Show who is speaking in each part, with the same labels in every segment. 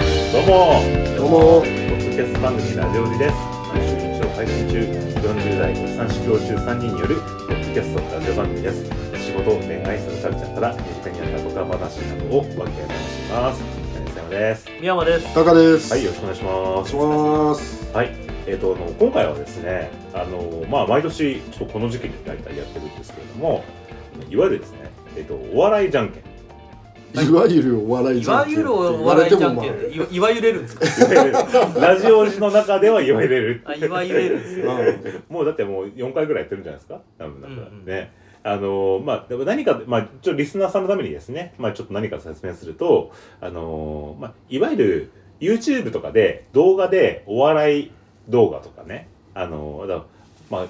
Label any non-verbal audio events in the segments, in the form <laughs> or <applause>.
Speaker 1: もポッドキャ
Speaker 2: どうも
Speaker 1: スト番組ラジオリです毎週日曜配信中40代おじさん修行中3人によるポッドキャストのラジオ番組です仕事恋愛するカルチャーから身近にあった僕は話などを分け合いします皆さんです
Speaker 3: 宮間です。
Speaker 2: タカです
Speaker 1: はいよろしくお願いしま
Speaker 2: お
Speaker 1: す
Speaker 2: 願いします
Speaker 1: はいえー、とあの今回はですねあの、まあ、毎年ちょっとこの時期に大体やってるんですけれどもいわゆるですね、えー、とお笑いじゃ <laughs> んけん
Speaker 2: いわゆるお笑い
Speaker 3: い
Speaker 2: じゃん
Speaker 3: わ
Speaker 2: けん
Speaker 3: ゆるお笑いじゃんけん
Speaker 2: 言わ
Speaker 3: っ
Speaker 2: れ
Speaker 3: て、いわいわゆれるんですか
Speaker 1: ラジオ時の中では言われる
Speaker 3: あいわゆれるんです
Speaker 2: ても
Speaker 3: ね。
Speaker 2: まあうん
Speaker 1: もうだってもう4回ぐらいやってるんじゃないですか多分だから
Speaker 3: うんうん
Speaker 1: ね。あのーまあ、でも何か、まあ、ちょっとリスナーさんのためにですね、まあ、ちょっと何か説明すると、あのーまあ、いわゆる YouTube とかで動画でお笑い動画とかね、あのーだまあ、い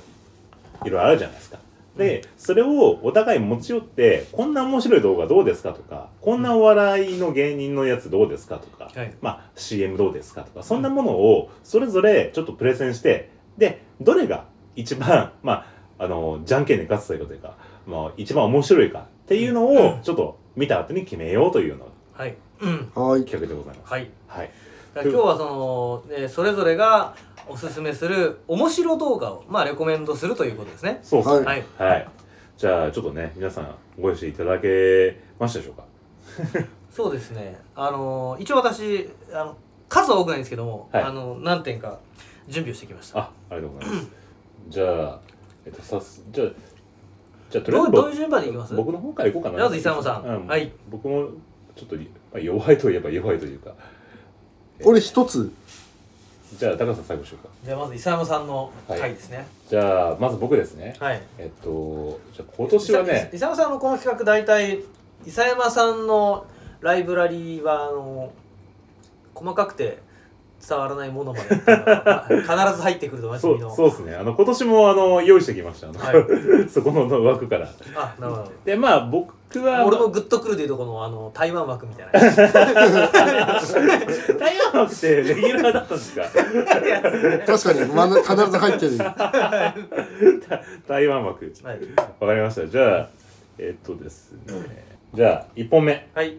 Speaker 1: ろいろあるじゃないですか。で、それをお互い持ち寄って、こんな面白い動画どうですかとか、こんなお笑いの芸人のやつどうですかとか、
Speaker 3: はい。
Speaker 1: まあ、CM どうですかとかそんなものをそれぞれちょっとプレゼンしてでどれが一番、まあ、あのじゃんけんで勝つというかというか、まあ、一番面白いかっていうのをちょっと見た後に決めようというような
Speaker 3: はい。うん。
Speaker 2: はい
Speaker 1: 企画でございます。
Speaker 3: はい。
Speaker 1: はい、
Speaker 3: だから今日はその、ね、それぞれがおすすめする面白動画を、まあ、レコメンドするということですね。
Speaker 1: そうですね、
Speaker 2: は
Speaker 3: はい。
Speaker 1: はいじゃあちょっとね皆さんご一緒いただけましたでしょうか
Speaker 3: そうですね。あの、一応私、あの、数は多くないんですけども、
Speaker 1: はい
Speaker 3: あの、何点か準備をしてきました。
Speaker 1: あありがとうございますじゃあ、えっと、さすじゃあじゃあとりあえ
Speaker 3: ど
Speaker 1: ず
Speaker 3: う
Speaker 1: 僕
Speaker 3: どういう順番でいきます
Speaker 1: 僕の方からいこうかな
Speaker 3: まず伊沢さん
Speaker 1: うん
Speaker 3: はい
Speaker 1: 僕もちょっと、まあ、弱いといえば弱いというか
Speaker 2: 俺一つ
Speaker 1: じゃあ高橋さん最後しようか
Speaker 3: じゃあまず、伊沢さんの回ですね。
Speaker 1: じゃあまず僕ですね
Speaker 3: はい。
Speaker 1: えっとじゃあ今年はね
Speaker 3: 伊沢さんのこの企画大体伊沢山さんのライブラリーはあの細かくて伝わらないものまで必ず入ってくるとおなじ
Speaker 1: そ
Speaker 3: み
Speaker 1: う
Speaker 3: の
Speaker 1: そうですねあの今年もあの用意してきましたあの、
Speaker 3: は
Speaker 1: <laughs> そこの枠から
Speaker 3: あなるほど
Speaker 1: でまあ僕は
Speaker 3: 俺のグッとくるでいうとこのあの台湾枠みたいな
Speaker 1: 台湾枠ってレギュラーだったんですか
Speaker 3: <laughs> やつね
Speaker 2: 確かにまな必ず入ってる
Speaker 1: 台湾枠
Speaker 3: はい、
Speaker 1: わかりましたじゃあえっとですねじゃあ1本目
Speaker 3: はい、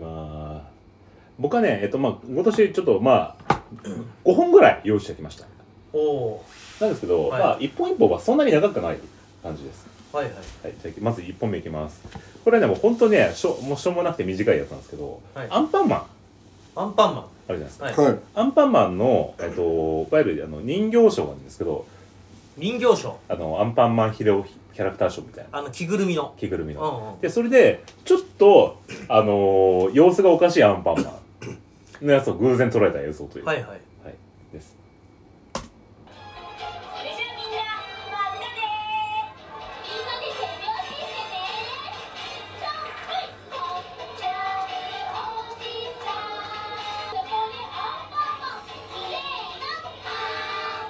Speaker 1: まあ、僕はね、えっと、まあ、今年ちょっと、まあ、5本ぐらい用意してきました。
Speaker 3: おお
Speaker 1: なんですけど、
Speaker 3: はい
Speaker 1: まあ、1本1本はそんなに長くない感じです。
Speaker 3: ーはいはい
Speaker 1: はい、じゃあまず1本目いきます。これはね、もう本当ね、しょもうしょうもなくて短いやつなんですけど、
Speaker 3: はい
Speaker 1: アンパンマンあ
Speaker 3: アンパンマン
Speaker 1: るじゃないですか。
Speaker 3: はい、
Speaker 2: はい
Speaker 1: アンパンマンの、えっと、いわゆるあの人形ショーなんですけど、
Speaker 3: 人形ショー
Speaker 1: あの、アンパンマンヒレオキャラクターショーみたいな、
Speaker 3: あの着ぐるみの
Speaker 1: 着ぐるみ
Speaker 3: う
Speaker 1: の。
Speaker 3: んうん
Speaker 1: で、それで、ちょっと、あのー様子がおかしいアンパンマンのやつを偶然捉えた映像という。
Speaker 3: はいはい
Speaker 1: はい、です。
Speaker 4: それじゃあみんなまたねみんなで手拍子してねどっこいぽっちゃりおじさんそこでアンパンマンきれいな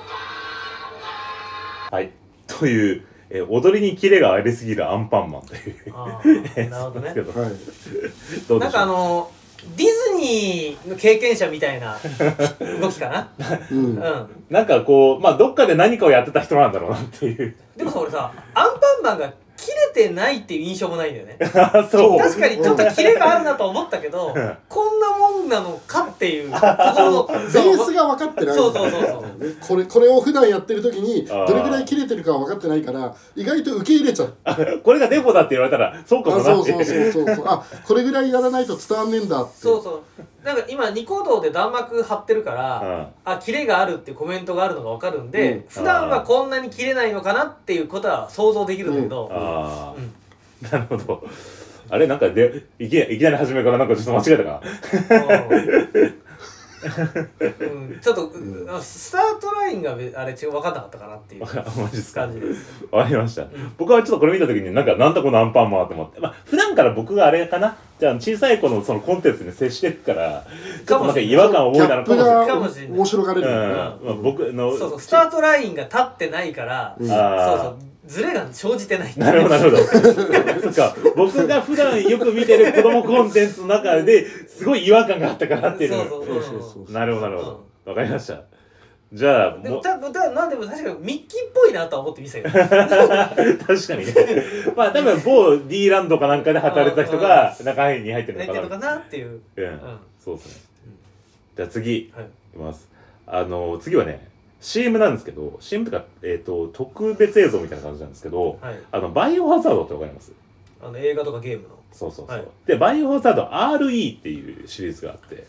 Speaker 1: はい。という、えー踊りにキレがありすぎるアンパンマンという。
Speaker 3: あ
Speaker 1: <laughs>
Speaker 3: ーなるほど
Speaker 1: ですけ
Speaker 3: ね
Speaker 1: ど、どう
Speaker 2: はい
Speaker 1: でしょう
Speaker 3: なんかあのディズニーの経験者みたいな動きかな
Speaker 2: うん
Speaker 3: うん
Speaker 1: なんかこう、まあ、どっかで何かをやってた人なんだろうなっていう。
Speaker 3: でもさ俺さアンパンマンが切れてないっていう印象もないんだよね
Speaker 1: あ、そう。
Speaker 3: 確かにちょっとキレがあるなと思ったけど
Speaker 1: うん
Speaker 3: こんなもんなのかっていうところ
Speaker 2: ベ
Speaker 3: の
Speaker 2: ースが分かってない
Speaker 3: そうそうそうそう
Speaker 2: これこれを普段やってる時に
Speaker 1: あー
Speaker 2: どれぐらい切れてるかは分かってないから意外と受け入れちゃうあ
Speaker 1: これがデフォだって言われたら、そうかもな
Speaker 2: そ
Speaker 1: っ
Speaker 2: う
Speaker 1: て
Speaker 2: そうそうそうそうあこれぐらいやらないと伝わんねえんだって
Speaker 3: そうそうなんか今ニコ動で弾幕張ってるから
Speaker 1: うん
Speaker 3: あキレがあるってコメントがあるのが分かるんで、
Speaker 2: うん
Speaker 3: 普段はこんなに切れないのかなっていうことは想像できるんだけど、
Speaker 1: あ
Speaker 3: うん
Speaker 1: あ、なるほど。あれなんかでいき、いきなり初めからなんかちょっと間違えたか
Speaker 3: うん、ちょっと、あスタートラインがべあれ違う分かんなかったかなっていう
Speaker 1: な。マジっすか <laughs>
Speaker 3: 感。じです。
Speaker 1: わかりました。僕はちょっとこれ見た時になんかなんだこのアンパンマンはと思って。まあ普段から僕があれかな。じゃあ小さい頃のそのコンテンツに接してるから、ちょっとなんか違和感を覚えたのかもしれない。
Speaker 3: か
Speaker 2: ギ
Speaker 3: も
Speaker 2: ャ
Speaker 3: しれな
Speaker 2: ッ
Speaker 3: い
Speaker 2: プが面白がれ
Speaker 1: うん
Speaker 2: るよね
Speaker 1: まあ、僕の
Speaker 3: そうそう、スタートラインが立ってないから、
Speaker 2: うん
Speaker 3: そうそ
Speaker 1: あ
Speaker 3: う、ズレが生じてない。
Speaker 1: あなるほどなるほど <laughs> そっか僕が普段よく見てる子供コンテンツの中ですごい違和感があったからっていうのが
Speaker 3: そうそう
Speaker 2: そう
Speaker 3: そう
Speaker 2: そうそう
Speaker 3: そう。
Speaker 1: なるほどなるほどわかりましたじゃあ
Speaker 3: で
Speaker 1: も
Speaker 3: も
Speaker 1: う
Speaker 3: たたなんでも確かにミッキーっぽいなとは思って見せた
Speaker 1: <laughs>
Speaker 3: けど
Speaker 1: 確
Speaker 3: <laughs>
Speaker 1: かにねまあ多分某 D ランドかなんかで働いてた人が中入りに入ってる
Speaker 3: 寝
Speaker 1: の
Speaker 3: て
Speaker 1: か
Speaker 3: る
Speaker 1: な
Speaker 3: かなっていう。
Speaker 1: うん、
Speaker 3: ん
Speaker 1: そうですねじゃあ次
Speaker 3: はい
Speaker 1: いきますあの次はね CM なんですけど CM とか、えっと特別映像みたいな感じなんですけど
Speaker 3: はい
Speaker 1: あのバイオハザードってわかります
Speaker 3: あの映画とかゲームの、
Speaker 1: そうそうそう、
Speaker 3: はい
Speaker 1: でバイオハザード RE っていうシリーズがあって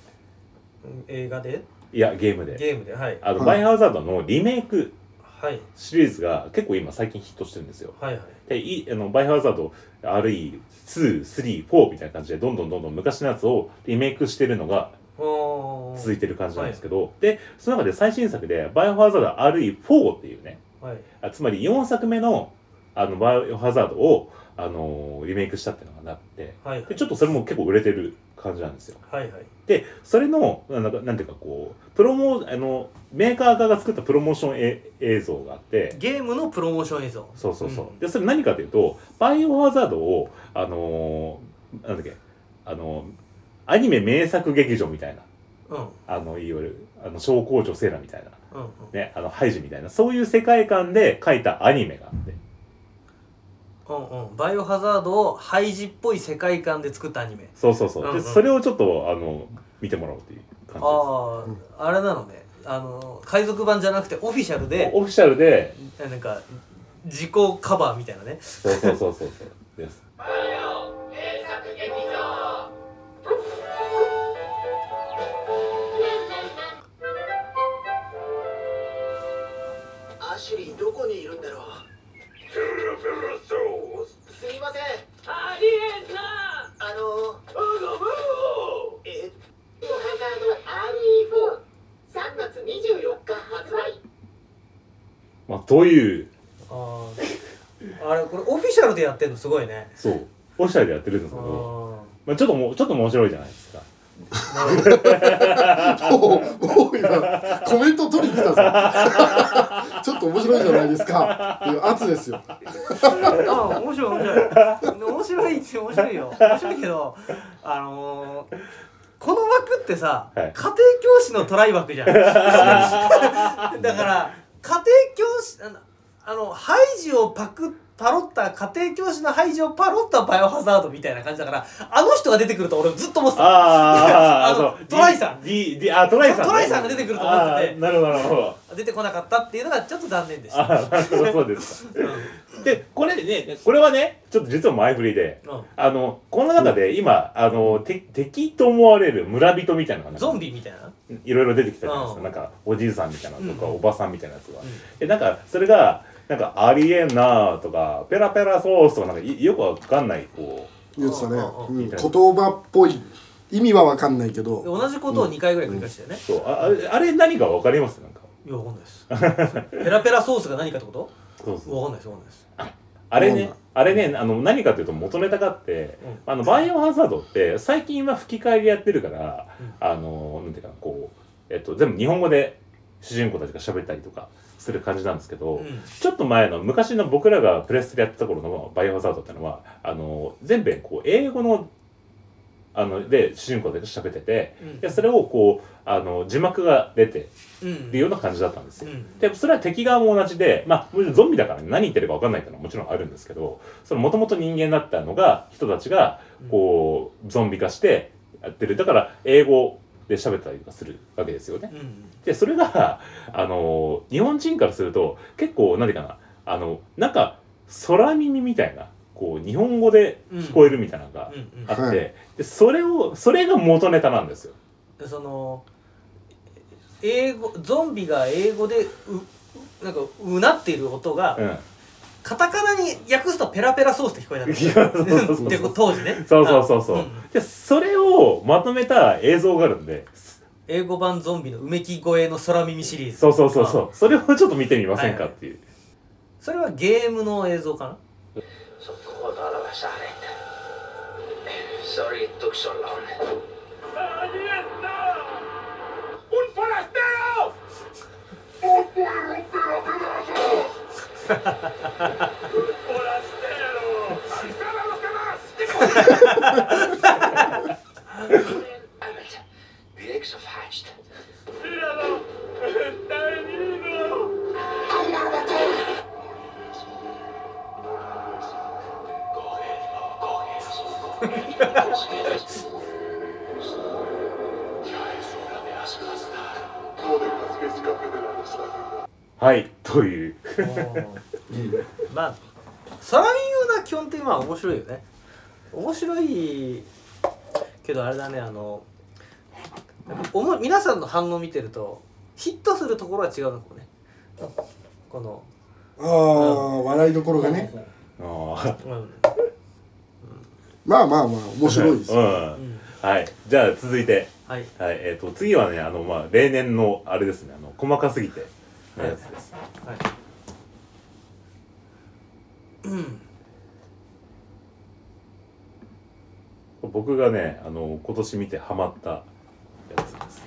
Speaker 3: うん映画で
Speaker 1: いやゲームで
Speaker 3: ゲームではい
Speaker 1: あの、
Speaker 2: はい
Speaker 1: バイオハザードのリメイク
Speaker 3: はい
Speaker 1: シリーズが結構今最近ヒットしてるんですよ
Speaker 3: はいはい
Speaker 1: でいあのバイオハザード RE234 みたいな感じでどんどんどんどん昔のやつをリメイクしてるのが
Speaker 3: おー
Speaker 1: 続いてる感じなんですけど、でその中で最新作で「バイオハザード RE4」っていうね
Speaker 3: はい
Speaker 1: あつまり4作目のあのバイオハザードを、あのーリメイクしたっていうのがなって
Speaker 3: はいはい
Speaker 1: でちょっとそれも結構売れてる感じなんですよ
Speaker 3: はいはい
Speaker 1: でそれのなんかなんていうかこうプロモあのメーカー側が作ったプロモーションえ映像があって
Speaker 3: ゲームのプロモーション映像
Speaker 1: そうそうそう、
Speaker 3: ん
Speaker 1: でそれ何かというとバイオハザードをあのーなんだっけあのーアニメ名作劇場みたいな
Speaker 3: うんうん
Speaker 1: あのいわゆるあの小公女セーラみたいな
Speaker 3: うん
Speaker 1: ねあのハイジみたいなそういう世界観で描いたアニメがあって
Speaker 3: うんうんバイオハザードをハイジっぽい世界観で作ったアニメ
Speaker 1: そうそうそう、
Speaker 3: うんうん
Speaker 1: でそれをちょっとあの見てもらおうっていう感じで
Speaker 3: あああれなのねあの海賊版じゃなくてオフィシャル
Speaker 1: す
Speaker 3: で
Speaker 1: オフィシャルで
Speaker 3: なんか自己カバーみたいなね
Speaker 1: そうそうそうそうそうです
Speaker 5: アシュリーどこにいるんだろうすいません
Speaker 6: ありえんな
Speaker 5: あの
Speaker 6: うごぶご
Speaker 5: えバイオハザード RE43 月24日発売
Speaker 1: まあという
Speaker 3: あああれこれオフィシャルでやってんのすごいね
Speaker 1: そうオフィシャルでやってるんです
Speaker 3: あ
Speaker 1: け
Speaker 3: ー
Speaker 1: ど、まあ、ちょっともうちょっと面白いじゃないですか
Speaker 3: なるほど
Speaker 2: おおお今コメント取りに来たぞ <laughs> ちょっと面白いじゃないですかっていう圧ですよ
Speaker 3: あー面白い面白い面白いって面白いよ面白いけどあのーこの枠ってさ、
Speaker 1: はい
Speaker 3: 家庭教師のトライ枠じゃん <laughs> だから家庭教師あのあのハイジをパクパロった家庭教師のハイジをパロったバイオハザードみたいな感じだからあの人が出てくると俺ずっと思ってた
Speaker 1: あ
Speaker 3: あの
Speaker 1: そう
Speaker 3: トライさん
Speaker 1: D D あトライさんね、
Speaker 3: トライさんが出てくると思ってて
Speaker 1: あーなるほどなるほど
Speaker 3: 出てこなかったっていうのがちょっと残念でした、
Speaker 1: あーなるほどそうですか
Speaker 3: うん
Speaker 1: でこれねこれはねちょっと実は前振りで
Speaker 3: う
Speaker 1: あのこの中で今、あのて敵と思われる村人みたいなのがな
Speaker 3: ん、
Speaker 1: んか
Speaker 3: ゾンビみたいな、
Speaker 1: いろいろ出てきたじゃないですか、
Speaker 3: うん
Speaker 1: なんかおじいさんみたいなのとか、
Speaker 3: うん
Speaker 1: おばさんみたいなやつが、
Speaker 3: うん
Speaker 1: でなんかそれがなんかありえんなとかペラペラソースとかなんかいよくわかんないこ
Speaker 2: 言ってたね、
Speaker 3: あああ
Speaker 2: うん、言葉っぽい意味は分かんないけ
Speaker 3: で
Speaker 2: ど
Speaker 3: 同じことを2回ぐらい繰り返してね
Speaker 1: う、そうああれあれ何かわかりますなんか
Speaker 3: いやわかんないですペラペラソースが何かってこと
Speaker 1: そうそう
Speaker 3: わかんないですわかんないです
Speaker 1: あれ
Speaker 2: そう
Speaker 1: ね
Speaker 2: なん
Speaker 1: あれねあの何かというと元ネタがあって、
Speaker 3: うん
Speaker 1: あのバイオハザードって最近は吹き替えでやってるから、
Speaker 3: うん
Speaker 1: あのなんていうかなこう、えっと、全部日本語で主人公たちが喋ったりとかする感じなんですけど、
Speaker 3: うん
Speaker 1: ちょっと前の昔の僕らがプレステでやってた頃のバイオハザードってのはあの全編こう英語のあので主人公で喋ってて
Speaker 3: うん
Speaker 1: でそれをこうあの字幕が出て
Speaker 3: うん
Speaker 1: るような感じだったんですよ。
Speaker 3: うん
Speaker 1: でそれは敵側も同じで、まあ、もちろんゾンビだから何言ってるか分かんないってのはもちろんあるんですけどもともと人間だったのが人たちがこうゾンビ化してやってるだから英語で喋ったりとかするわけですよね
Speaker 3: う。ん
Speaker 1: でそれがあの日本人からすると結構何て言うかなあのなんか空耳みたいなこう日本語で聞こえるみたいなのが
Speaker 3: うんうん
Speaker 1: あって、
Speaker 2: うんうん
Speaker 1: でそれをそれが元ネタなんですよ。
Speaker 3: でその英語ゾンビが英語でううなんかうなっている音が、
Speaker 1: うん、
Speaker 3: カタカナに訳すとペラペラソースって聞こえたんですよ
Speaker 1: そうそうそう
Speaker 3: で当時ね
Speaker 1: そうそうそうそう、
Speaker 3: ん
Speaker 1: でそれをまとめた映像があるんで
Speaker 3: 英語版ゾンビのうめき声の空耳シリーズ
Speaker 1: そうそうそうそうそれをちょっと見てみませんかっていう、
Speaker 3: それはゲームの映像かな
Speaker 5: 速報の表しあれ Eh, Sorry it took so long
Speaker 6: ¡Ahí está! ¡Un forastero! ¡Un
Speaker 5: <laughs>
Speaker 6: forastero! <laughs> ¡Avisad a los demás!
Speaker 5: Amit the eggs have hatched
Speaker 6: <laughs> ¡Míralo! ¡Está herido!
Speaker 5: cógelo cógelo ya es hora de asco
Speaker 6: デジカフェデラの作品だ
Speaker 1: はいという
Speaker 3: まあサラリーマンは基本的にまあ面白いよね面白いけどあれだねあのやっぱおも皆さんの反応見てるとヒットするところは違うのかもねこの、
Speaker 2: ああ笑いどころがね
Speaker 1: あ
Speaker 3: うん
Speaker 2: まあまあまあ面
Speaker 1: ー
Speaker 2: 白いです
Speaker 1: う
Speaker 2: よ
Speaker 1: んはいじゃあ続いて
Speaker 3: はい
Speaker 1: はいえー、と次はねあの、まあ、例年のあれですねあの細かすぎてのやつです、
Speaker 3: はい
Speaker 1: 僕がねあの今年見てハマったやつです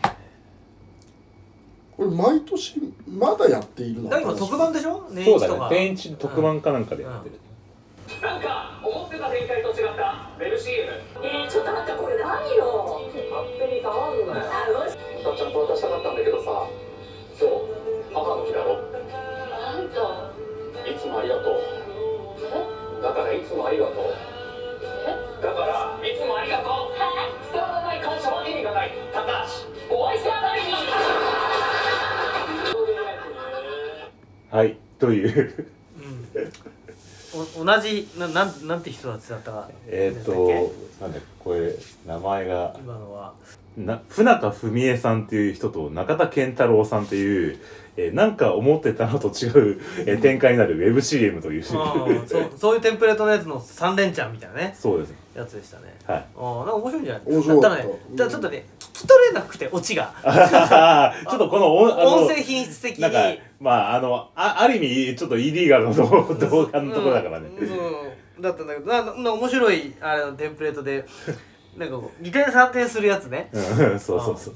Speaker 2: これ毎年まだやっているの
Speaker 3: だから今特番でしょ年
Speaker 1: そう
Speaker 3: 一
Speaker 1: だ
Speaker 3: と
Speaker 1: ね
Speaker 3: か
Speaker 1: 天一特番かなんかでやってる、
Speaker 7: なんか思ってた展開と違ったウェブ CM
Speaker 5: えー、ちょっと待ってこれ何よ勝手に騒ぐなよ
Speaker 7: だっちゃんと渡したかったんだけどさ今日母の日だろ
Speaker 5: なんと
Speaker 7: いつもありがとうだからいつもありがとうだからいつもありがとう伝わらない感謝は意味がないただしお会いするたびに
Speaker 1: はいという <laughs>
Speaker 3: うん、お同じななんなんて人たちだったか
Speaker 1: えっ
Speaker 3: なんだっ
Speaker 1: となんだっけこれ名前が
Speaker 3: け今のは
Speaker 1: な船田文江さんっていう人と中田健太郎さんっていう、えーなんか思ってたのと違う、えー展開になるウェブ CM という
Speaker 3: うんそうそういうテンプレートのやつの三連チャンみたいなね
Speaker 1: そうです
Speaker 3: やつでしたね
Speaker 1: はい <laughs>
Speaker 3: ああなんか面白いんじゃない
Speaker 2: 面白かった
Speaker 3: だからねだからちょっとね聞き取れなくてオチ
Speaker 1: <laughs>
Speaker 3: が
Speaker 1: ちょっとこの音あの
Speaker 3: 音声品質的に
Speaker 1: なんかまああのあある意味ちょっとイリーガルの動画のところだからね、
Speaker 3: うんそうだったんだけどななんか面白いあれのテンプレートで <laughs> なんかこう二点三点するやつね
Speaker 1: うんそうそうそうそ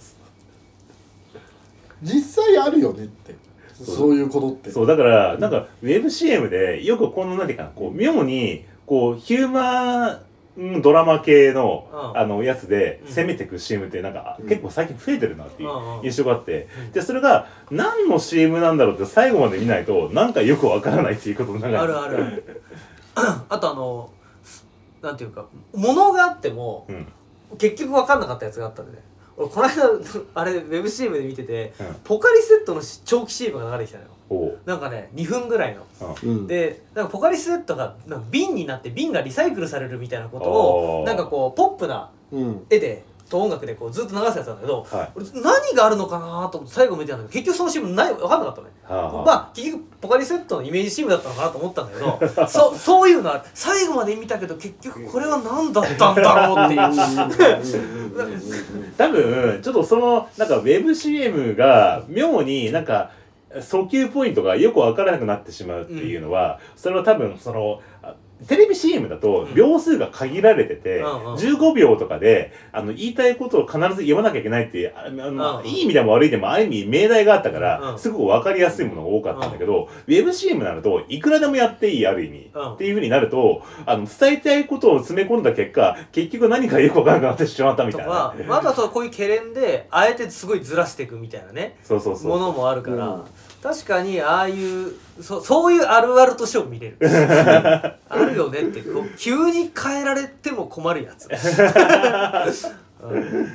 Speaker 2: 実際あるよねってそういうことって
Speaker 1: うそうだからなんかウェブ CM でよくこの何ていうかなこう妙にこうヒューマンドラマ系の、
Speaker 3: うん
Speaker 1: あのやつで
Speaker 3: うん
Speaker 1: 攻めてく CM ってなんか、
Speaker 2: うん
Speaker 1: 結構最近増えてるなっていう
Speaker 3: うんうん
Speaker 1: 印象があって、
Speaker 3: うん
Speaker 1: でそれが何の CM なんだろうって最後まで見ないとなんかよくわからないっていうことにな
Speaker 3: あるあるある <coughs> あとあのすなんていうか物があっても
Speaker 1: うん
Speaker 3: 結局分かんなかったやつがあったんでね俺この間 <laughs> あれウェブ CM で見てて、
Speaker 1: うん
Speaker 3: ポカリセットの長期 CM が流れてきたのよ
Speaker 1: おう
Speaker 3: なんかね2分ぐらいの
Speaker 2: うん
Speaker 3: でなんかポカリスエットがなんか瓶になって瓶がリサイクルされるみたいなことを
Speaker 1: おー
Speaker 3: なんかこうポップな
Speaker 2: うん
Speaker 3: 絵でと音楽でこうずっと流すやつなんだけど
Speaker 1: はい
Speaker 3: 俺何があるのかなと思って最後見てたんだけど結局そのシーンない分かんなかったね
Speaker 1: はあ、
Speaker 3: まあ結局ポカリスエットのイメージシームだったのかなと思ったんだけど <laughs> そそういうのは最後まで見たけど結局これは何だったんだろうっていう
Speaker 1: 多分ちょっとそのなんか WebCM が妙になんか訴求ポイントがよく分からなくなってしまうっていうのは、それは多分そのあテレビ CM だと
Speaker 3: うん
Speaker 1: 秒数が限られてて、
Speaker 3: うんうん
Speaker 1: 15秒とかであの言いたいことを必ず言わなきゃいけないっていうああの
Speaker 3: うんうん
Speaker 1: いい意味でも悪い意味でもある意味命題があったから、
Speaker 3: うん
Speaker 1: すごく分かりやすいものが多かったんだけど、WebCM になるといくらでもやっていいある意味、
Speaker 3: うん
Speaker 1: っていうふうになるとあの伝えたいことを詰め込んだ結果結局何かよく分からなくなってしまったみ
Speaker 3: と
Speaker 1: たいな
Speaker 3: か。まああとはそうこういうけれんであえてすごいずらしていくみたいなね
Speaker 1: そうそうそう
Speaker 3: ものもあるから、
Speaker 2: うん
Speaker 3: 確かにああいうそそういうあるあるとしても見れるあるよねってこう急に変えられても困るやつ、うん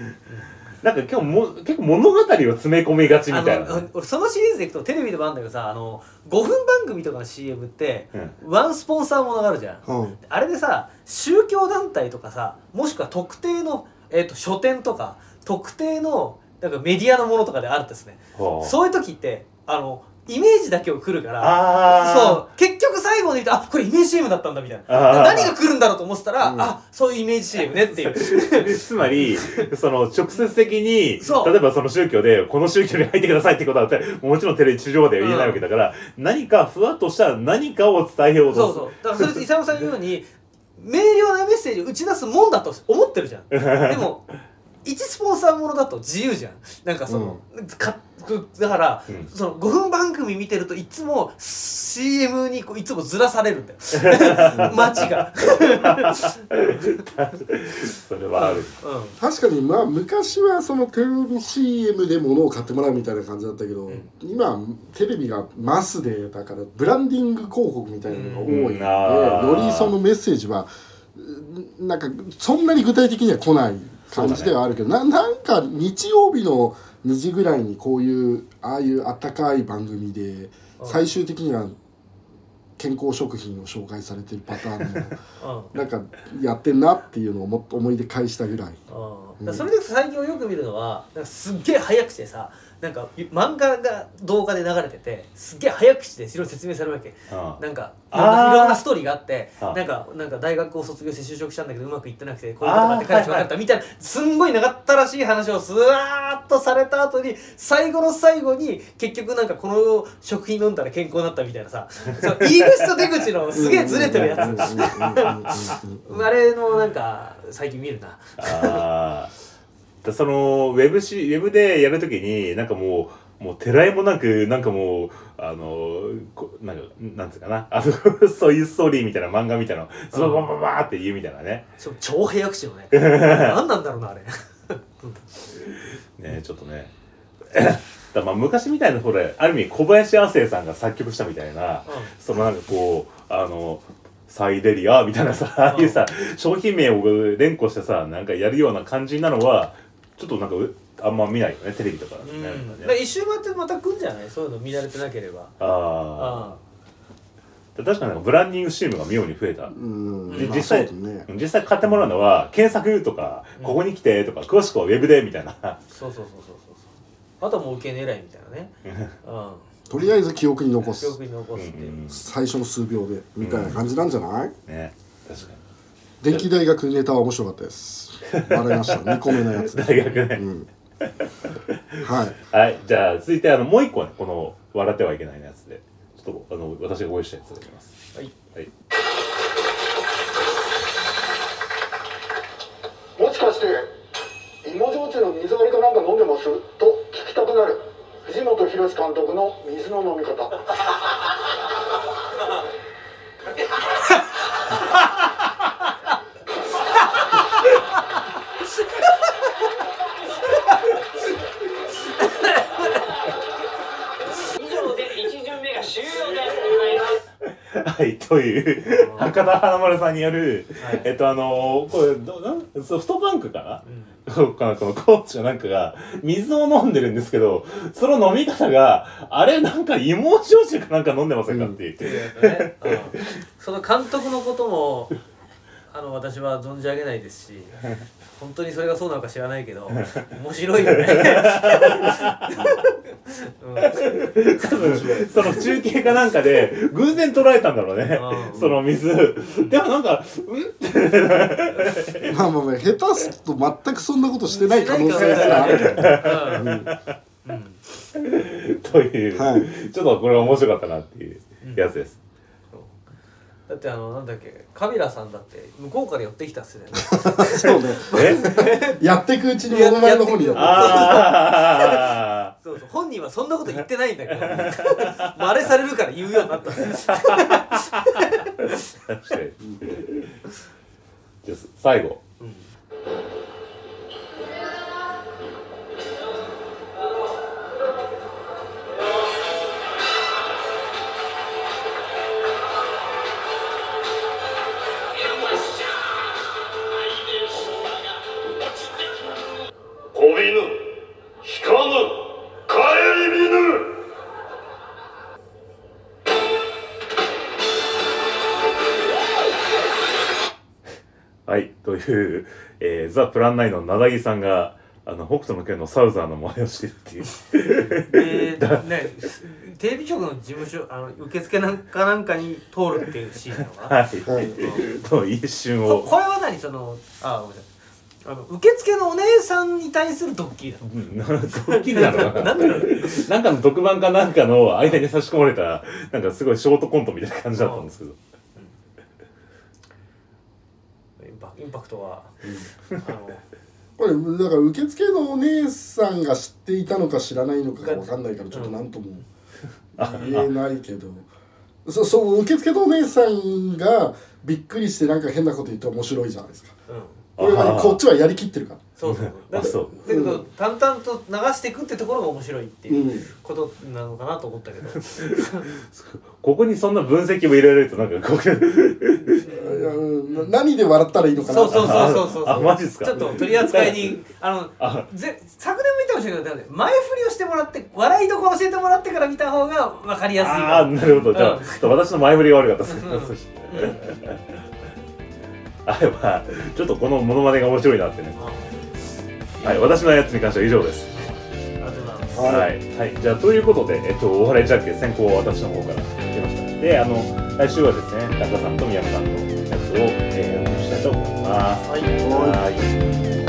Speaker 1: なんか今日も結構物語を詰め込みがちみ
Speaker 3: あ
Speaker 1: たいな
Speaker 3: の
Speaker 1: ね。
Speaker 3: 俺そのシリーズでいくとテレビでもあるんだけどさあの5分番組とかの CM って、ワンスポンサーものがあるじゃん
Speaker 2: <laughs> うん
Speaker 3: あれでさ宗教団体とかさもしくは特定の、えー、と書店とか特定のなんかメディアのものとかであるんですね
Speaker 1: そ
Speaker 3: そういう時ってあのイメージだけをくるから
Speaker 1: あ
Speaker 3: そう結局最後に見てあこれイメージ CM だったんだみたいな
Speaker 1: あー
Speaker 3: 何が来るんだろうと思ってたら、
Speaker 2: うん
Speaker 3: あそういうイメージ CM ねってい
Speaker 1: <laughs>
Speaker 3: う
Speaker 1: そう。 <laughs> つまり、その、直接的に、
Speaker 3: そう
Speaker 1: 例えばその宗教で、この宗教に入ってくださいってことは、もちろんテレビ地上では言えないわけだから、何か、ふわっとした何かを伝えよう
Speaker 3: そ
Speaker 1: と
Speaker 3: う
Speaker 1: す
Speaker 3: そ
Speaker 1: る。
Speaker 3: うだからそれと勇さん言うように明瞭なメッセージを打ち出すもんだと思ってる
Speaker 1: <laughs>
Speaker 3: じゃんでも一スポンサーものだと自由じゃんなんかその、かだから、
Speaker 1: うん
Speaker 3: その5分番組見てるといつも CM にこういつもずらされるんだ
Speaker 1: <laughs>
Speaker 3: よ街が、
Speaker 1: それはある。
Speaker 3: う
Speaker 2: 確かにまあ昔はそのテレビ CM で物を買ってもらうみたいな感じだったけど、
Speaker 3: ん
Speaker 2: 今テレビがマスでだからブランディング広告みたいなのが多いので、
Speaker 1: うんあー
Speaker 2: よりそのメッセージはうんなんかそんなに具体的には来ない感じではあるけど、ななんか日曜日の2時ぐらいにこういうああいうあったかい番組で
Speaker 3: うん
Speaker 2: 最終的には健康食品を紹介されてるパターンの
Speaker 3: うん
Speaker 2: なんかやってんなっていうのをもっと思い出返したぐらい
Speaker 3: うん
Speaker 2: うん
Speaker 3: だからそれで最近よく見るのはなんかすっげえ早口でさなんか漫画が動画で流れててすっげえ早口でいろいろ説明されるわけ
Speaker 1: あ
Speaker 3: なんか
Speaker 1: あー
Speaker 3: なんかいろんなストーリーがあって
Speaker 1: あ
Speaker 3: なんかなんか大学を卒業して就職したんだけどうまくいってなくてこういうことがあって彼氏分かったみたいなすんごい長ったらしい話をすわーっとされた後に最後の最後に結局なんかこの食品飲んだら健康になったみたいなさその入り口と出口のすげえずれてるやつ
Speaker 2: つ
Speaker 3: あれのなんか最近見るな。
Speaker 1: あーだそのウェブしウェブでやるときになんかもうもうてらいもなくなんかもうあのこなんかなんつうかなあの <laughs> そういうストーリーみたいな漫画みたいなのそのままバーって言うみたいなね
Speaker 3: しかも超平役者のね何なんだろうなあれ
Speaker 1: ねちょっとねだまあ昔みたいなほらある意味小林亜生さんが作曲したみたいなそのなんかこうあのサイデリアみたいなさああいうさ商品名を連呼してさなんかやるような感じなのはちょっとなんかうあんま見ないよねテレビとかだと
Speaker 3: う
Speaker 1: ねなん
Speaker 3: ん、
Speaker 1: か
Speaker 3: だ
Speaker 1: ね
Speaker 3: から一周回ってまた来んじゃないそういうの見慣れてなければ
Speaker 1: あ
Speaker 3: あ
Speaker 1: あ確かになんかブランディングチームが妙に増えた
Speaker 2: うん
Speaker 1: で
Speaker 2: まあ
Speaker 1: 実際
Speaker 2: そうだね
Speaker 1: 実際買ってもらうのは検索とか
Speaker 3: うん
Speaker 1: ここに来てとか詳しくはウェブでみたいな <laughs>
Speaker 3: そうそうそうそうそうそうあとはもう受け狙いみたいなねうん
Speaker 2: とりあえず記憶に残
Speaker 3: 記
Speaker 2: す
Speaker 3: 憶に残すっていう、
Speaker 1: うん
Speaker 2: 最初の数秒でみたいな感じなんじゃない
Speaker 1: ね確かに
Speaker 2: 電気大学ネタは面白かったですバレました2個目のやつ
Speaker 1: 大学ね
Speaker 2: うんはい
Speaker 1: はいじゃあ続いてあのもう一個ねこの「笑ってはいけない」のやつでちょっとあの私が用意したやつがあります
Speaker 3: はい
Speaker 1: はい <laughs>
Speaker 5: もしかして芋焼酎の水割りかなんか飲んでますと聞きたくなる藤本博監督の水の飲み方
Speaker 7: 以上で一巡目が終了でございます
Speaker 1: はい、という、博多華丸さんによる、
Speaker 3: はい
Speaker 1: えっと、あのーこれ、どなんソフトバンクか
Speaker 3: うん
Speaker 1: なそうかなこのコーチかなんかが、水を飲んでるんですけど、その飲み方が、あれ、なんか芋焼酎かなんか飲んでませんかっていう。
Speaker 3: っていうやつね、うん、その監督のことも <laughs> あの私は存じ上げないですし本当にそれがそうなのか知らないけど面白いよね、うん
Speaker 1: <laughs> 多分その中継かなんかで、偶然捉えたんだろうね
Speaker 3: う。ん
Speaker 1: その水。でもなんか、ん
Speaker 2: まあまあまあ下手すと全くそんなことしてない可能性すらあるけど
Speaker 3: うん
Speaker 1: という、
Speaker 2: はい
Speaker 1: ちょっとこれ面白かったなっていうやつ
Speaker 2: <laughs>
Speaker 1: です。
Speaker 3: だってあのなんだっけカビラさんだって向こうから寄ってきたっすよね
Speaker 2: <laughs> そうね
Speaker 1: え
Speaker 2: やっていくうちにモノマネの方にやっ
Speaker 1: あ
Speaker 3: そうそう本人はそんなこと言ってないん <laughs> だけど真似されるから言うようになったんです
Speaker 1: ー
Speaker 2: <laughs>
Speaker 1: 確かにじゃあ、最後。
Speaker 6: 飛びぬ引かぬ帰り見ぬ
Speaker 1: はい、という、えーザ・プランナインのなだぎさんが、あの、北斗の拳のサウザーの真似をしてるっていう。
Speaker 3: でねテレビ局の事務所あの受付なんかなんかに通るっていうシーンなのかな
Speaker 1: はい。
Speaker 2: はい
Speaker 1: の一瞬
Speaker 3: こ
Speaker 1: を。
Speaker 3: これは何そのあごめんなさいあの受付のお姉さんに対するドッキリだ
Speaker 1: うんなドッキリなのかな
Speaker 3: なんだろう
Speaker 1: なんかの特番かなんかの間に差し込まれた、なんかすごいショートコントみたいな感じだったんですけど。
Speaker 3: インパインパクトは、あの
Speaker 2: これだから受付のお姉さんが知っていたのか知らないのかが分かんないからちょっと何とも言えないけど <laughs> そそう受付のお姉さんがびっくりしてなんか変なこと言って面白いじゃないですか
Speaker 3: うん
Speaker 2: これは
Speaker 1: あー
Speaker 2: こっちはやりきってるから
Speaker 3: そうそう
Speaker 1: あそう
Speaker 3: だけど淡々と流していくってところが面白いっていううんことなのかなと思ったけど、
Speaker 1: ここにそんな分析も入れられるとなんかこう
Speaker 2: いやうんな何で笑ったらいいのかな
Speaker 3: そうそうそうそうそう
Speaker 1: あマジっすか
Speaker 3: ちょっと取り扱
Speaker 1: <laughs>
Speaker 3: いにあの
Speaker 1: あ
Speaker 3: ぜ昨年も言ったかもしれないけどね前振りをしてもらって笑いどころ教えてもらってから見た方が分かりやすいから
Speaker 1: ああーなるほどじゃあ、
Speaker 3: うん
Speaker 1: ちょっと私の前振りが悪かったです、
Speaker 3: うん
Speaker 1: そしてあれ <laughs> はちょっとこのモノマネが面白いなってねはい私のやつに関しては以上です
Speaker 3: ありがとうございます
Speaker 2: はい
Speaker 1: はい、はい、じゃあということで、えっと、お笑いじゃんけん先行は私の方から出ましたであの来週はですね田中さんと宮野さんのやつを、えー、お送りしたいと思います
Speaker 3: はい
Speaker 1: はい